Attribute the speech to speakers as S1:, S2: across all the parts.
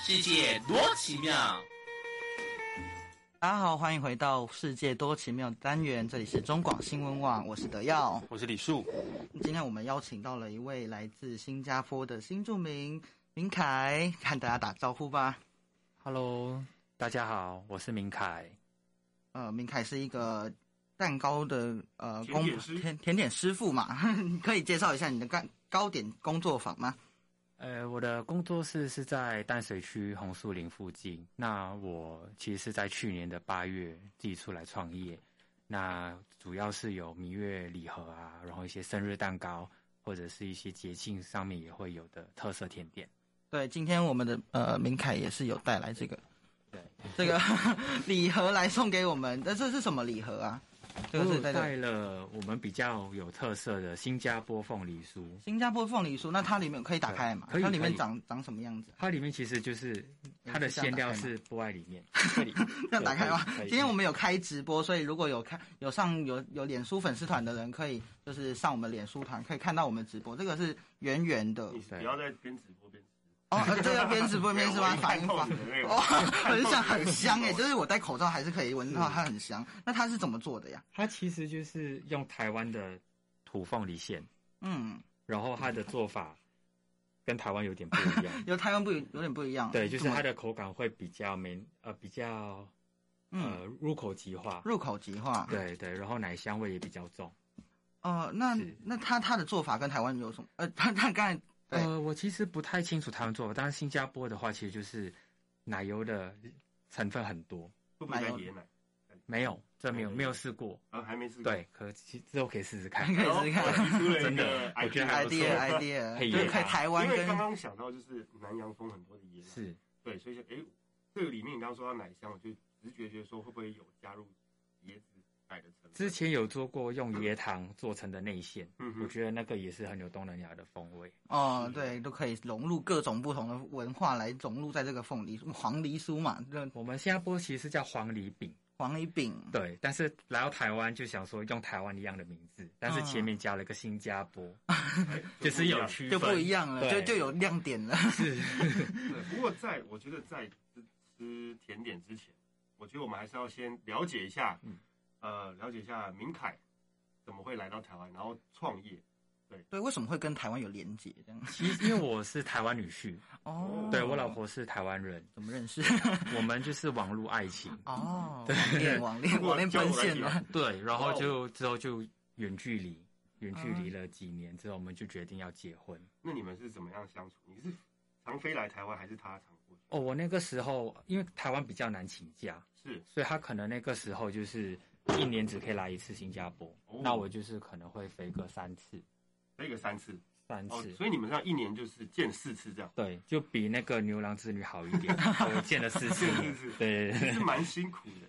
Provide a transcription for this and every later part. S1: 世界多奇妙。
S2: 大家好，欢迎回到《世界多奇妙》单元，这里是中广新闻网，我是德耀。
S3: 我是李树，
S2: 今天我们邀请到了一位来自新加坡的新著名明凯，和大家打招呼吧。
S4: Hello，大家好，我是明凯。
S2: 呃，明凯是一个蛋糕的呃
S3: 甜
S2: 工
S3: 点师
S2: 甜甜点师傅嘛， 你可以介绍一下你的糕糕点工作坊吗？
S4: 呃，我的工作室是在淡水区红树林附近。那我其实是在去年的八月自己出来创业，那主要是有蜜月礼盒啊，然后一些生日蛋糕，或者是一些节庆上面也会有的特色甜点。
S2: 对，今天我们的呃明凯也是有带来这个
S4: 对，
S2: 这个 礼盒来送给我们，那这是什么礼盒啊？这个
S4: 我
S2: 是
S4: 有
S2: 在这
S4: 带了我们比较有特色的新加坡凤梨酥，
S2: 新加坡凤梨酥，那它里面可以打开吗？
S4: 可以
S2: 它里
S4: 可
S2: 面
S4: 以
S2: 长长什么样子？
S4: 它里面其实就是它的馅料是不爱里面，这里
S2: 这样打开吗
S4: 可以可？以
S2: 今天我们有开直播，所以如果有看有上有有脸书粉丝团的人，可以就是上我们脸书团可以看到我们直播。这个是圆圆的
S3: 你不要再边直播边吃
S2: 哦，呃这个边直播边是 吗？
S3: 我
S2: 反
S3: 一
S2: 应
S3: 看到
S2: 法
S3: 你的那个
S2: 哦，很香很香哎，就是我戴口罩还是可以闻到它很香。那它是怎么做的呀？
S4: 它其实就是用台湾的土凤梨馅，
S2: 嗯，
S4: 然后它的做法跟台湾有点不一样
S2: 。有台湾不一有点不一样。
S4: 对，就是
S2: 怎么
S4: 它的口感会比较没呃比较
S2: 嗯
S4: 呃入口即化。
S2: 入口即化。
S4: 对对，然后奶香味也比较重。
S2: 哦，那
S4: 是
S2: 那它它的做法跟台湾有什么？呃，它它刚才对
S4: 呃，我其实不太清楚台湾做法，但是新加坡的话，其实就是奶油的成分很多。
S3: 会不会加椰奶？
S4: 没有，这没有
S3: 没有
S2: 嗯
S4: 没有试过。
S3: 啊，还没试过。哦
S4: 对，可其之后可以试试看。
S2: 可以
S3: 然后
S2: 试试看
S3: 我提出了一
S4: 真
S3: 个
S4: 的
S3: idea，
S4: 我 觉得还不错
S2: idea idea，
S4: 配乐
S2: 就是
S4: 啊
S2: 可以台湾
S3: 因为
S2: 跟
S3: 刚刚想到就是南洋风很多的椰奶，
S4: 是，
S3: 对，所以就哎，这个里面你刚刚说到奶香，我就直觉觉得说会不会有加入椰子奶的成分？
S4: 之前有做过用椰糖做成的内馅，
S3: 嗯哼
S4: 我觉得那个也是很有东南亚的风味。
S2: 哦，对，都可以融入各种不同的文化来融入在这个凤梨黄梨酥嘛，这
S4: 我们新加坡其实叫黄梨饼，
S2: 黄梨饼。
S4: 对，但是来到台湾就想说用台湾一样的名字，但是前面加了个新加坡，
S3: 哎
S4: 就是有区
S2: 就
S4: 分，
S2: 不一样了，就
S4: 对
S2: 就有亮点了。
S4: 是
S3: 对，不过在我觉得在吃吃甜点之前，我觉得我们还是要先了解一下，
S4: 嗯
S3: 呃，了解一下明凯怎么会来到台湾，然后创 业。
S2: 对，为什么会跟台湾有连结这样？
S4: 其实因为我是台湾女婿，
S2: 哦，
S4: 对我老婆是台湾人，
S2: 怎么认识？
S4: 我们就是网络爱情，
S2: 哦，网恋网恋网恋奔现了。
S4: 对，然
S3: 哇
S4: 后
S3: 哦
S4: 就之后就远距离，远距离了几年之后，我们就决定要结婚。
S3: 那你们是怎么样相处？你是常飞来台湾，还是他常过去？
S4: 哦，我那个时候因为台湾比较难请假，
S3: 是
S4: 所以他可能那个时候就是一年只可以来一次新加坡，
S3: 哦
S4: 那我就是可能会飞个三次，
S3: 飞个三次
S4: 三
S3: 哦
S4: 次，，，
S3: 所以你们这样一年就是见四次这样
S4: 对，就比那个牛郎织女好一点，我 见了四次
S3: 是
S4: 面
S3: 是是，
S4: 对对
S3: 其
S4: 对
S3: 实蛮辛苦的。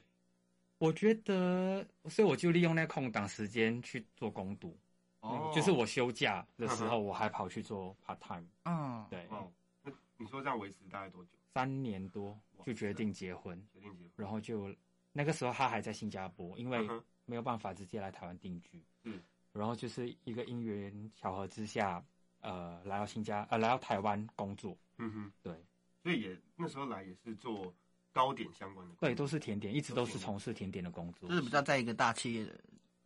S4: 我觉得，所以我就利用那空档时间去做攻读，
S3: 哦
S4: 嗯就是我休假的时候，我还跑去做 part time，
S2: 嗯，
S4: 啊对，
S3: 嗯哦，那你说这样维持大概多久？
S4: 三年多
S3: 哇
S4: 就决定结婚，
S3: 决定结婚？
S4: 然后就那个时候他还在新加坡，因为
S3: 嗯哼
S4: 没有办法直接来台湾定居。
S3: 嗯，
S4: 然后就是一个因缘巧合之下，呃，来到新加呃来到台湾工作，
S3: 嗯哼，
S4: 对
S3: 所以也那时候来也是做糕点相关的工作，
S4: 对，都是甜点，一直都是从事甜点的工作
S2: 就。是比较在一个大企业的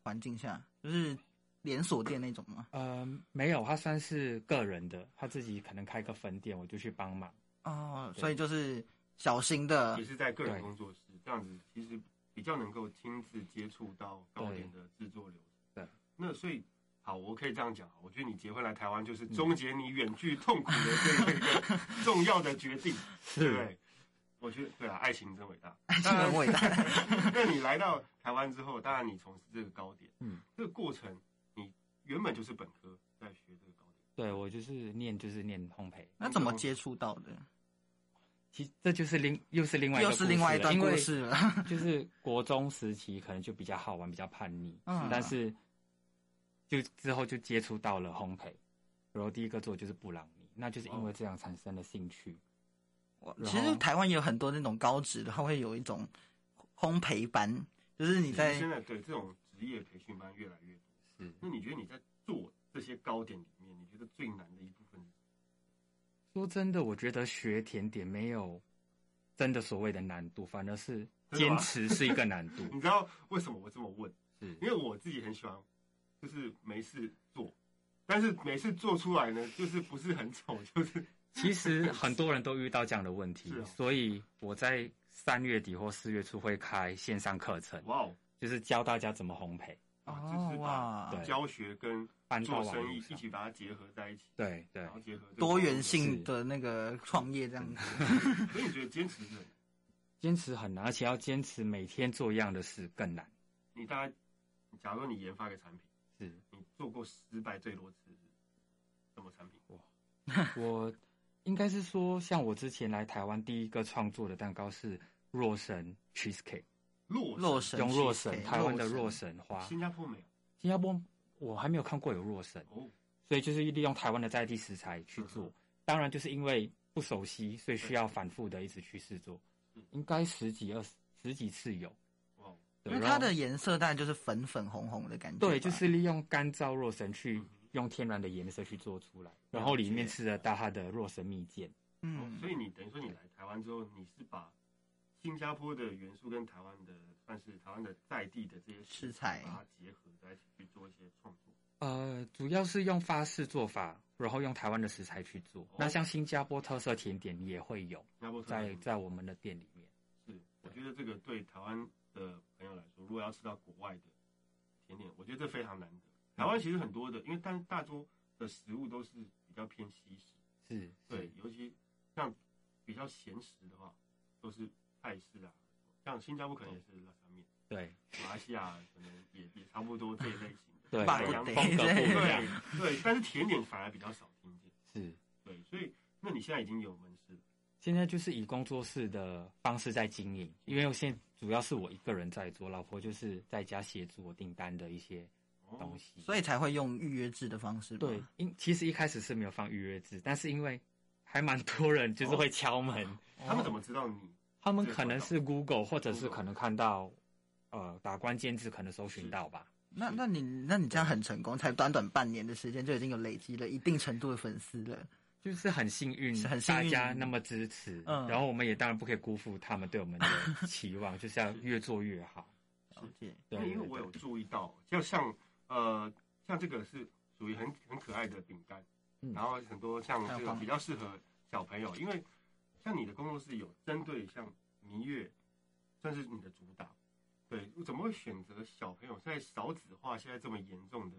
S2: 环境下，就是连锁店那种嘛。
S4: 呃，没有，他算是个人的，他自己可能开个分店，我就去帮忙。
S2: 哦，
S4: 对
S2: 所以就是小型的
S3: 也，是在个人
S4: 对
S3: 工作室，这样子其实比较能够亲自接触到糕点的制作流程。
S4: 对，
S3: 那所以好，我可以这样讲，啊我觉得你结婚来台湾就是终结你远距痛苦的这个一个重要的决定，对不对？我觉得对啊，爱情真伟大。
S2: 爱情很伟 大。
S3: 那你来到台湾之后，当然你从事这个糕点，
S4: 嗯，
S3: 这个过程你原本就是本科在学这个糕点，
S4: 对我就是念就是念烘焙，
S2: 那怎么接触到的？
S4: 其实这就是另又是另外一个
S2: 又是另外一段
S4: 故
S2: 故
S4: 了因为
S2: 事了。
S4: 就是国中时期可能就比较好玩，比较叛逆，
S2: 嗯
S4: 但是就之后就接触到了烘焙，然后第一个做就是布朗尼，那就是因为这样产生了兴趣。
S2: 我
S4: 然
S2: 其实
S4: 后
S2: 台湾也有很多那种高职的，它会有一种烘焙班，就是你
S3: 其实
S2: 在
S4: 嗯
S3: 现在对这种职业培训班越来越多。
S4: 是
S3: 那你觉得你在做这些糕点里面，你觉得最难的一部分是什么？
S4: 说真的，我觉得学甜点没有真的所谓的难度，反而是
S3: 真的
S4: 坚
S3: 吗
S4: 持是一个难度。
S3: 你知道为什么我这么问？
S4: 是
S3: 因为我自己很喜欢，就是没事做，但是每次做出来呢，就是不是很丑，就是
S4: 其实很多人都遇到这样的问题，
S3: 是哦
S4: 所以我在三月底或四月初会开线上课程，
S3: 哇哦，
S4: 就是教大家怎么烘焙，
S3: 啊就是把
S2: 哇，
S4: 对
S3: 教学跟
S4: 搬到
S3: 做
S4: 网
S3: 生意
S4: 络
S3: 一
S4: 上。
S3: 起把它结合在一起，
S4: 对对
S3: 然，后结合这个
S2: 多元
S4: 是
S2: 性的那个创业这样子。
S3: 所以你觉得坚持是很，
S4: 坚持很难，而且要坚持每天做一样的事更难。
S3: 你大概，假如说你研发一个产品，
S4: 是
S3: 你做过失败最多次是什么产品？
S4: 我应该是说，像我之前来台湾第一个创作的蛋糕是洛神 cheesecake，
S3: 洛
S2: 洛
S3: 神
S2: 神
S4: 用洛
S2: cheesecake，
S4: 神台湾的洛神花，
S3: 新加坡没有
S4: 新加坡我还没有看过有洛神，
S3: 哦，
S4: 所以就是利用台湾的在地食材去
S3: 嗯
S4: 做。当然，就是因为不熟悉，所以需要反复的一直去试做
S3: 嗯，
S4: 应该十几二十十几次有。
S3: 哇哦，
S4: 对
S2: 因为
S4: 然
S2: 它
S4: 后
S2: 的颜色大概就是粉粉红红的感觉吧。
S4: 对，就是利用干燥洛神去
S3: 嗯
S4: 用天然的颜色去做出来，然后里面吃得到它的洛神蜜饯。
S3: 哦
S2: 嗯，
S3: 所以你等于说你来台湾之后，你是把新加坡的元素跟台湾的，算是台湾的在地的这些
S2: 食材
S3: 把它结合在一起去做一些创作。
S4: 呃，主要是用法式做法，然后用台湾的食材去做。那像新加坡特色甜点也会有
S3: 新加坡特色
S4: 在
S3: 饮
S4: 在我们的店里面。
S3: 是，我觉得这个对台湾的朋友来说，如果要吃到国外的甜点，我觉得这非常难得。台湾其实很多的，因为但大多的食物都是比较偏西式，
S4: 是，
S3: 对，尤其像比较咸食的话，都是泰式啊，像新加坡可能也是拉沙面，
S4: 对
S3: 马来西亚可能也也差不多这一类型的。
S4: 对，
S2: 法
S3: 国
S4: 风
S3: 得
S4: 风格不一样。
S3: 对对，但是甜点反而比较少听见。
S4: 是，
S3: 对，所以那你现在已经有门市了，
S4: 现在就是以工作室的方式在经营，因为我现在主要是我一个人在做，老婆就是在家协助我订单的一些东
S3: 哦，
S4: 西。
S2: 所以才会用预约制的方式吧。
S4: 对，因其实一开始是没有放预约制，但是因为还蛮多人就是会敲门，
S3: 他
S2: 哦
S3: 们怎么知道你？
S4: 哦他们可能是 Google 或者是
S3: Google
S4: 可能看到，呃，打关键字可能搜
S3: 是
S4: 寻到吧。
S2: 那那你那你这样很成功，才短短半年的时间就已经有累积了一定程度的粉丝了。
S4: 就是很幸运，
S2: 是很幸运
S4: 大家那么支持，
S2: 嗯
S4: 然后我们也当然不可以辜负他们对我们的期 望，就是要越做越好。
S2: 了解，
S4: 对，
S3: 因为
S4: 对
S3: 我有
S4: 对
S3: 注意到，就像呃，像这个是属于很很可爱的饼干，
S4: 嗯
S3: 然后很多像
S2: 还有
S3: 这个
S2: 放
S3: 比较适合小朋友，因为像你的工作室有针对像蜜月，算是你的主打。对，怎么会选择小朋友在少子化现在这么严重的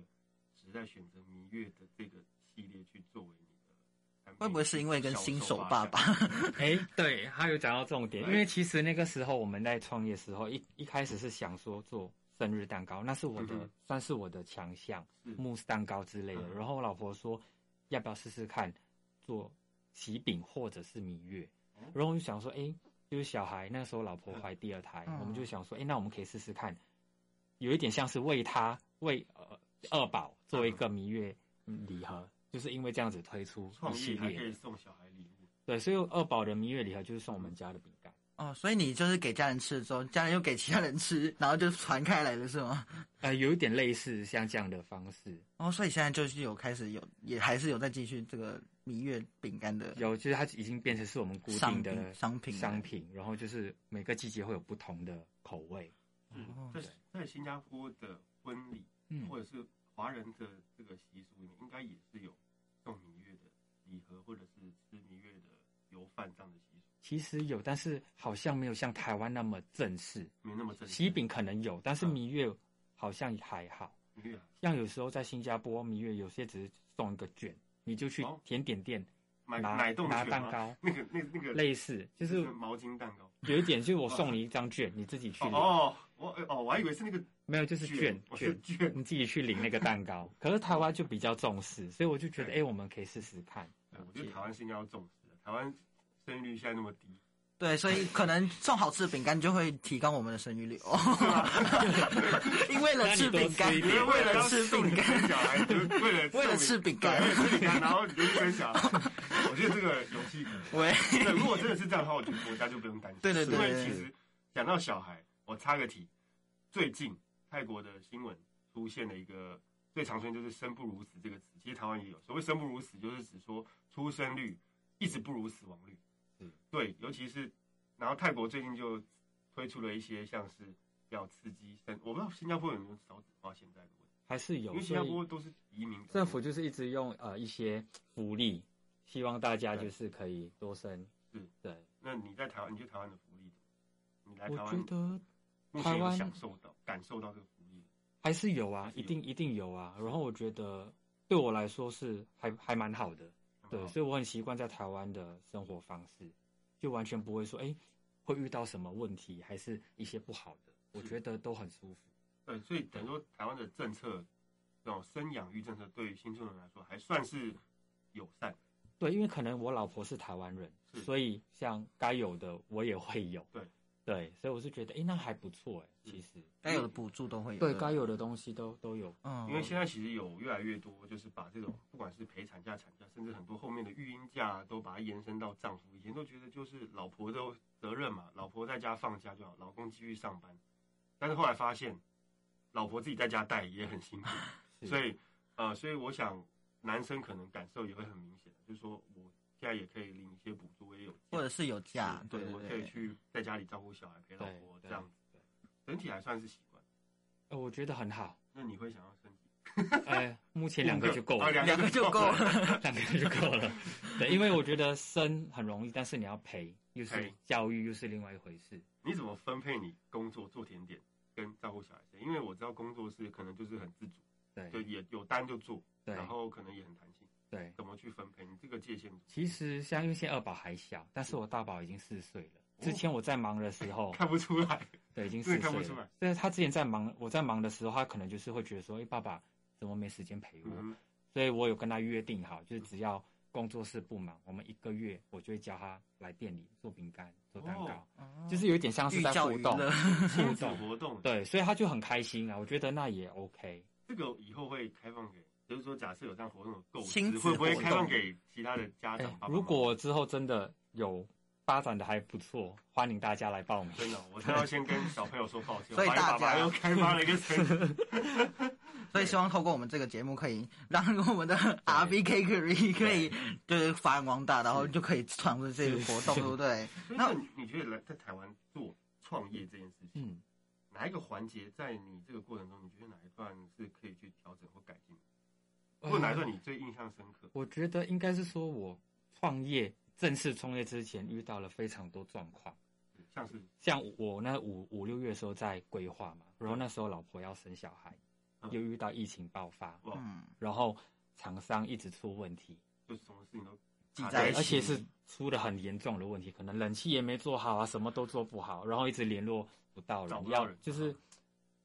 S3: 时代，选择蜜月的这个系列去作为你的产品？
S2: 会不会是因为跟新手爸爸
S3: 销售发展？
S4: 哎，对，他有讲到重点，因
S3: 对
S4: 为其实那个时候我们在创业时候，一一开始是想说做生日蛋糕，那是我的、
S3: 嗯哼
S4: 算是我的强项，
S3: 是
S4: 慕斯蛋糕之类的。
S3: 嗯哼
S4: 然后我老婆说要不要试试看做喜饼或者是蜜月，
S3: 哦
S4: 然后我就想说，哎，就是小孩那时候老婆怀第二胎，
S2: 嗯
S4: 我们就想说，哎，那我们可以试试看，有一点像是为他为呃二宝做一
S3: 嗯
S4: 个蜜月礼盒，就是因为这样子推出
S3: 创
S4: 一系
S3: 业还
S4: 列
S3: 可
S4: 的
S3: 以送小孩礼物，
S4: 对，所以二宝的蜜月礼盒就是送我们家的饼干。
S2: 哦，所以你就是给家人吃了之后，家人又给其他人吃，然后就传开来了，是吗？
S4: 呃，有一点类似像这样的方式，
S2: 哦，所以现在就是有开始有，也还是有在继续这个蜜月饼干的
S4: 有就是它已经变成是我们固定
S2: 商
S4: 的
S2: 品商品了
S4: 商品，然后就是每个季节会有不同的口味。
S3: 嗯
S2: 哦，
S3: 在在新加坡的婚礼
S4: 嗯
S3: 或者是华人的这个习俗里面，应该也是有送蜜月的礼盒，或者是吃蜜月的油饭这样的习俗，
S4: 其实有，但是好像没有像台湾那么正式。
S3: 没那么正式。
S4: 喜饼可能有，但是
S3: 嗯
S4: 蜜月好像还好。
S3: 蜜月啊，
S4: 像有时候在新加坡蜜月，有些只是送一个卷，你就去
S3: 哦
S4: 甜点店
S3: 买
S4: 拿
S3: 奶冻
S4: 拿
S3: 卷吗
S4: 蛋糕
S3: 那个那那个
S4: 类似，
S3: 就
S4: 就
S3: 是
S4: 是
S3: 毛巾蛋糕。
S4: 有一点就是我送你一张卷，你自己去
S3: 哦
S4: 领。
S3: 哦，我哦我还以为是那个
S4: 没有，就是卷
S3: 我
S4: 卷
S3: 是卷。
S4: 你自己去领那个蛋糕。可是台湾就比较重视，所以我就觉得，哎、我们可以试试看。
S3: 对哎我觉得台湾是应该要重视的，台湾生育率现在那么低，
S2: 对，所以可能送好吃的饼干就会提高我们的生育率哦，因为了吃饼干
S4: 那你多吃一，
S3: 因 为
S4: 点
S3: 为了要
S2: 了吃
S3: 送
S2: 饼
S3: 你
S2: 干，
S3: 生小孩，就是为了
S2: 为
S3: 送
S2: 了
S3: 你
S2: 吃饼干
S3: 对为了吃饼干，然后你就生小孩。我觉得这个游戏可能。
S2: 喂，
S3: 对，如果真的是这样的话，我觉得国家就不用担心。
S2: 对对对
S3: 因为其实讲到小孩，我插个题，最近泰国的新闻出现了一个最常出现就是“生不如死”这个词，其实台湾也有。所谓“生不如死”，就是指说出生率一直不如死亡率。
S4: 嗯
S3: 对，尤其是然后泰国最近就推出了一些像是比较刺激生，我不知道新加坡有没有少子化现在的问题，
S4: 还是
S3: 因
S4: 有，
S3: 为新
S4: 所
S3: 加
S4: 以
S3: 坡都是移民
S4: 政府就是一直用呃一些福利，希望大家
S3: 对嗯
S4: 就是可以多生
S3: 是。
S4: 对，
S3: 那你在台湾，你去台湾的福利怎么样，你来台
S4: 我觉
S3: 湾
S4: 得
S3: 目
S4: 台
S3: 前有
S4: 湾
S3: 享受到感受到这个福利吗，
S4: 还是有啊
S3: 还，是
S4: 一
S3: 有
S4: 定一定有啊。然后我觉得对我来说是还还蛮好的，
S3: 哦
S4: 对，所以我很习惯在台湾的生活方式，就完全不会说哎、诶会遇到什么问题，还是一些不好的，我
S3: 是
S4: 觉得都很舒服。
S3: 对，所以等于说台湾的政策，这种生养育政策对于新住民来说还算是友善。
S4: 对，因为可能我老婆是台湾人，
S3: 是
S4: 所以像该有的我也会有。
S3: 对嗯
S4: 对，所以我是觉得哎、诶那还不错哎、
S3: 是
S4: 其实
S2: 该有的补助都会有。
S4: 对
S2: 不
S4: 该有的东西都都有。
S2: 嗯，
S3: 因为现在其实有越来越多，就是把这种不管是陪产假、产假，甚至很多后面的育婴假，都把它延伸到丈夫。以前都觉得就是老婆的责任嘛，老婆在家放假就好，老公继续上班。但是后来发现，老婆自己在家带也很辛苦，
S4: 是
S3: 所以呃，所以我想男生可能感受也会很明显，就是说我现在也可以领一些补助，我也有假
S2: 或者是有假
S3: 是，
S2: 对
S3: 我
S2: 对
S3: 可以
S2: 对，
S3: 去在家里照顾小孩、陪老
S4: 对
S3: 婆这
S4: 对
S3: 样子，整体还算是习惯。
S4: 呃，我觉得很好。
S3: 那你会想要升级？
S4: 呃，目前两个就够
S3: 啊
S4: 了，
S3: 两
S2: 两个就够了。
S4: 两个就够了。对，因为我觉得生很容易，但是你要陪，又是
S3: 陪
S4: 教育，又是另外一回事。
S3: 你怎么分配你工作做甜点跟照顾小孩？因为我知道工作室可能就是很自主，
S4: 对
S3: 就也有单就做，
S4: 对
S3: 然后可能也很弹性，
S4: 对，
S3: 怎么去分配？你这个界限
S4: 其实像因为现在二宝还小，但是我大宝已经四岁了。之前我在忙的时
S2: 哦
S4: 候，
S3: 哦看不出来，
S4: 对，已经四
S3: 真的
S4: 岁
S3: 看不出
S4: 了
S3: 来。
S4: 但是他之前在忙，我在忙的时候，他可能就是会觉得说，哎，爸爸怎么没时间陪我？
S3: 嗯，
S4: 所以我有跟他约定好，就是只要工作室不
S3: 嗯
S4: 忙，我们一个月我就会叫他来店里做饼干、做蛋糕，
S3: 哦
S4: 就是有一点像是
S2: 寓
S4: 在
S2: 教
S4: 互
S2: 于
S4: 动。
S2: 乐，
S3: 嗯亲子活 动，
S4: 对，所以他就很开心啊，我觉得那也 OK。
S3: 这个以后会开放给，就是说假设有这样活动的构思
S2: 亲，子
S3: 会不会
S2: 活
S3: 开放
S2: 动
S3: 给其他的家
S4: 哎
S3: 长？爸爸妈妈
S4: 如果之后真的有发展的还不错，欢迎大家来报名。
S3: 真的，我真的要先跟小朋友说抱歉，
S2: 所以
S3: 我发现
S2: 大
S3: 爸爸
S2: 家
S3: 又开发了一个成绩。
S2: 所以希望透过我们这个节目，可以让我们的 R B K r y 可以就是发扬光大，然后就可以传播这个活动，对不对？
S3: 所以
S2: 那
S3: 那你觉得来在台湾做创业这件事情，
S4: 嗯，
S3: 哪一个环节在你这个过程中，你觉得哪一段是可以去调整或改进的？或者哪一段你最印象深刻？
S4: 呃我觉得应该是说我创业正式创业之前遇到了非常多状况，
S3: 像是
S4: 像我那五五六月的时候在规划嘛，然后那时候老婆要生小孩，
S3: 嗯哦
S4: 又遇到疫情爆发，
S3: 哇，
S2: 嗯，
S4: 然后厂商一直出问题，
S3: 就是什么事情都
S2: 记
S3: 卡
S2: 在
S3: 在
S2: 一
S3: 一
S4: 而且
S2: 起，
S4: 是出了很严重的问题，可能冷气也没做好啊，什么都做不好，然后一直联络不到
S3: 找
S4: 人，
S3: 不到
S4: 要
S3: 人啊
S4: 就是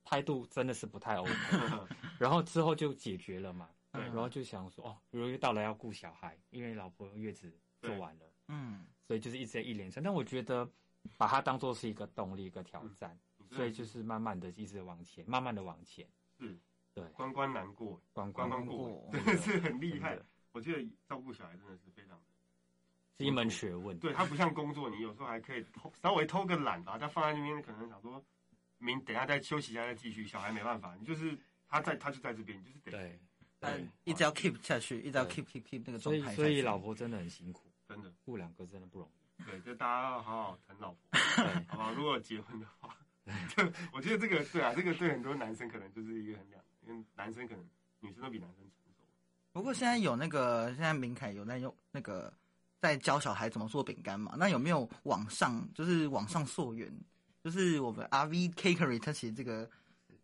S4: 态度真的是不太 OK，
S3: 嗯
S4: 然后之后就解决了嘛，
S3: 对
S4: 然后就想说哦，由于到了要顾小孩，因为老婆月子做
S3: 对
S4: 完了，
S2: 嗯，
S4: 所以就是一直在一连串，但我觉得把它当做是一个动力，一个挑战，
S3: 你真
S4: 所
S3: 的
S4: 以就是慢慢的一直往前，慢慢的往前，
S3: 是
S4: 对，
S3: 关关难过，
S4: 关
S3: 关关
S4: 关
S3: 过
S2: 过，
S3: 真的是很厉害
S4: 真的。
S3: 我觉得照顾小孩真的是非常，
S4: 是一门学问，
S3: 对他不像工作，你有时候还可以偷稍微偷个懒吧，他放在那边可能想说，明等一下再休息一下再继续，小孩没办法，你就是他在他就在这边，你就是得
S4: 对，
S2: 嗯，一直要 keep 下去，一直要 keep keep keep 那个
S4: 所
S2: 状
S4: 以
S2: 态下去。
S4: 所以老婆真的很辛苦，
S3: 真的
S4: 顾两个真的不容易。
S3: 对，就大家要好好疼老婆。
S4: 对
S3: 好吧，如果结婚的话， 对，我觉得这个对啊，这个对很多男生可能就是一个很两，因为男生可能女生都比男生成熟。
S2: 不过现在有那个，现在明凯有在用那个在教小孩怎么做饼干嘛？那有没有往上，就是往上溯源？就是我们 R V Cakery，它其实这个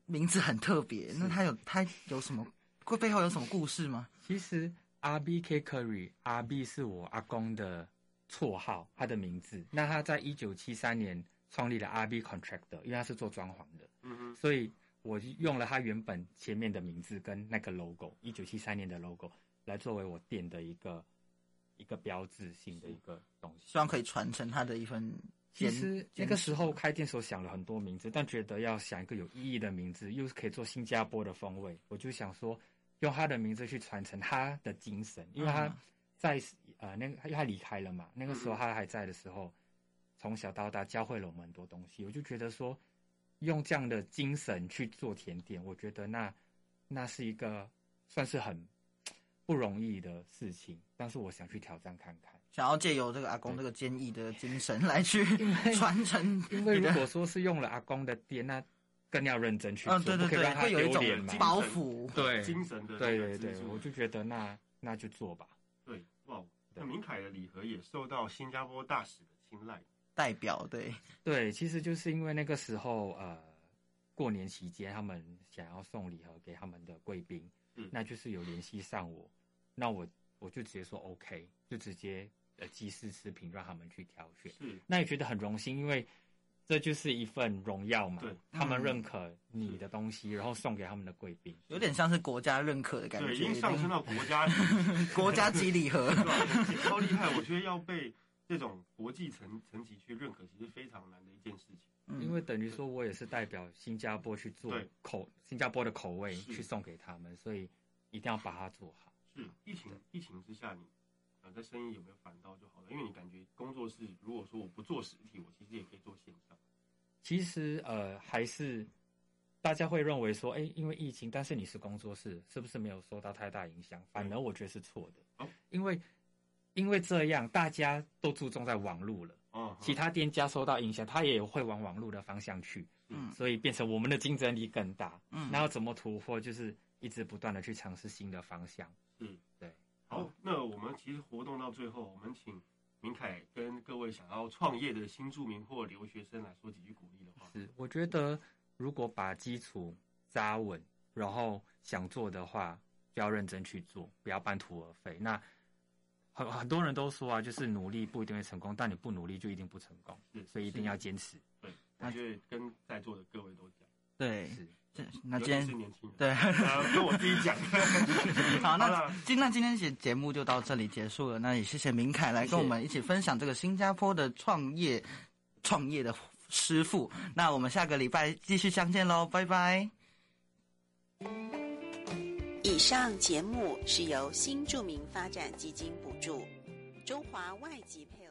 S2: 名字很特别。那它有它有什么？会背后有什么故事吗？
S4: 其实 R B K Curry R B 是我阿公的绰号，他的名字。那他在一九七三年创立了 R B Contractor，因为他是做装潢的，
S3: 嗯哼，
S4: 所以我就用了他原本前面的名字跟那个 logo，一九七三年的 logo 来作为我店的一个一个标志性的一个东西
S2: 希。望可以传承它的一份
S4: 其
S2: 坚。
S4: 实那
S2: 坚
S4: 个
S2: 持
S4: 时候开店时候想了很多名字，但觉得要想一个有意义的名字，又是可以做新加坡的风味，我就想说用他的名字去传承他的精神，因为他
S2: 嗯
S4: 在、呃那个因为他离开了嘛，那个时
S3: 嗯
S4: 候
S3: 嗯
S4: 他还在的时候，从小到大教会了我们很多东西，我就觉得说用这样的精神去做甜点，我觉得那那是一个算是很不容易的事情，但是我想去挑战看看，
S2: 想要借由这个阿公这个坚毅的精神来 去传承
S4: 因为
S2: 你
S4: 如
S2: 的
S4: 果说是用了阿公的爹，那更要认真去做，
S2: 嗯，对对
S4: 不可以让
S2: 对，
S4: 他
S2: 会有一
S4: 丢
S2: 种
S4: 脸嘛
S3: 精神
S2: 包袱。
S4: 对
S3: 精神的
S4: 对
S3: 那
S4: 对
S3: 个
S4: 对
S3: 支，柱
S4: 我就觉得那那就做吧。
S3: 对，哇，那明凯的礼盒也受到新加坡大使的青睐，
S2: 代表对，
S4: 对，其实就是因为那个时候，呃，过年期间他们想要送礼盒给他们的贵宾，
S3: 嗯
S4: 那就是有联系上我，那我我就直接说 OK，就直接呃鸡翅吃评让他们去挑选。
S3: 是
S4: 那也觉得很荣幸，因为这就是一份荣耀嘛
S3: 对，
S4: 他们
S2: 嗯
S4: 认可你的东西，然后送给他们的贵宾，
S2: 有点像是国家认可的感觉，
S3: 对，已经上升
S2: 有
S3: 到国家 级，
S2: 点国家级礼盒。
S3: 对吧？超厉害，我觉得要被这种国际层层级去认可，其实非常难的一件事情。
S2: 嗯
S4: 因为等于说我也是代表新加坡去做
S3: 对
S4: 口新加坡的口味
S3: 是
S4: 去送给他们，所以一定要把它做好。
S3: 是疫情疫情之下你，呃在生意有没有反倒就好了？因为你感觉工作室如果说我不做实体，我其实也可以做线上。
S4: 其实呃，还是大家会认为说，哎，因为疫情，但是你是工作室，是不是没有受到太大影响？反而我觉得是错的
S3: 哦，
S4: 因为因为这样，大家都注重在网络了，
S3: 哦，
S4: 其他店家受到影响，他也会往网络的方向去，
S2: 嗯
S4: 所以变成我们的竞争力更大。
S2: 嗯
S4: 然后怎么突破，就是一直不断的去尝试新的方向。
S3: 嗯好，那我们其实活动到最后，我们请明凯跟各位想要创业的新住民或留学生来说几句鼓励的话。
S4: 是，我觉得如果把基础扎稳，然后想做的话，就要认真去做，不要半途而废。那很很多人都说啊，就是努力不一定会成功，但你不努力就一定不成功，
S3: 是
S4: 所以一定要坚持。
S3: 对，我觉得跟在座的各位都讲，
S2: 对，
S4: 是，
S2: 这那
S3: 尤
S2: 今
S3: 其是
S2: 天
S3: 年轻人，
S2: 对，
S3: 呃，跟我自己讲。
S2: 好，
S3: 好
S2: 那
S3: 了
S2: 今那今天节节目就到这里结束了。那也谢谢明凯来
S4: 谢
S2: 跟
S4: 谢
S2: 我们一起分享这个新加坡的创业创业的师傅。那我们下个礼拜继续相见喽，拜拜。
S5: 以上节目是由新著名发展基金补助，中华外籍配。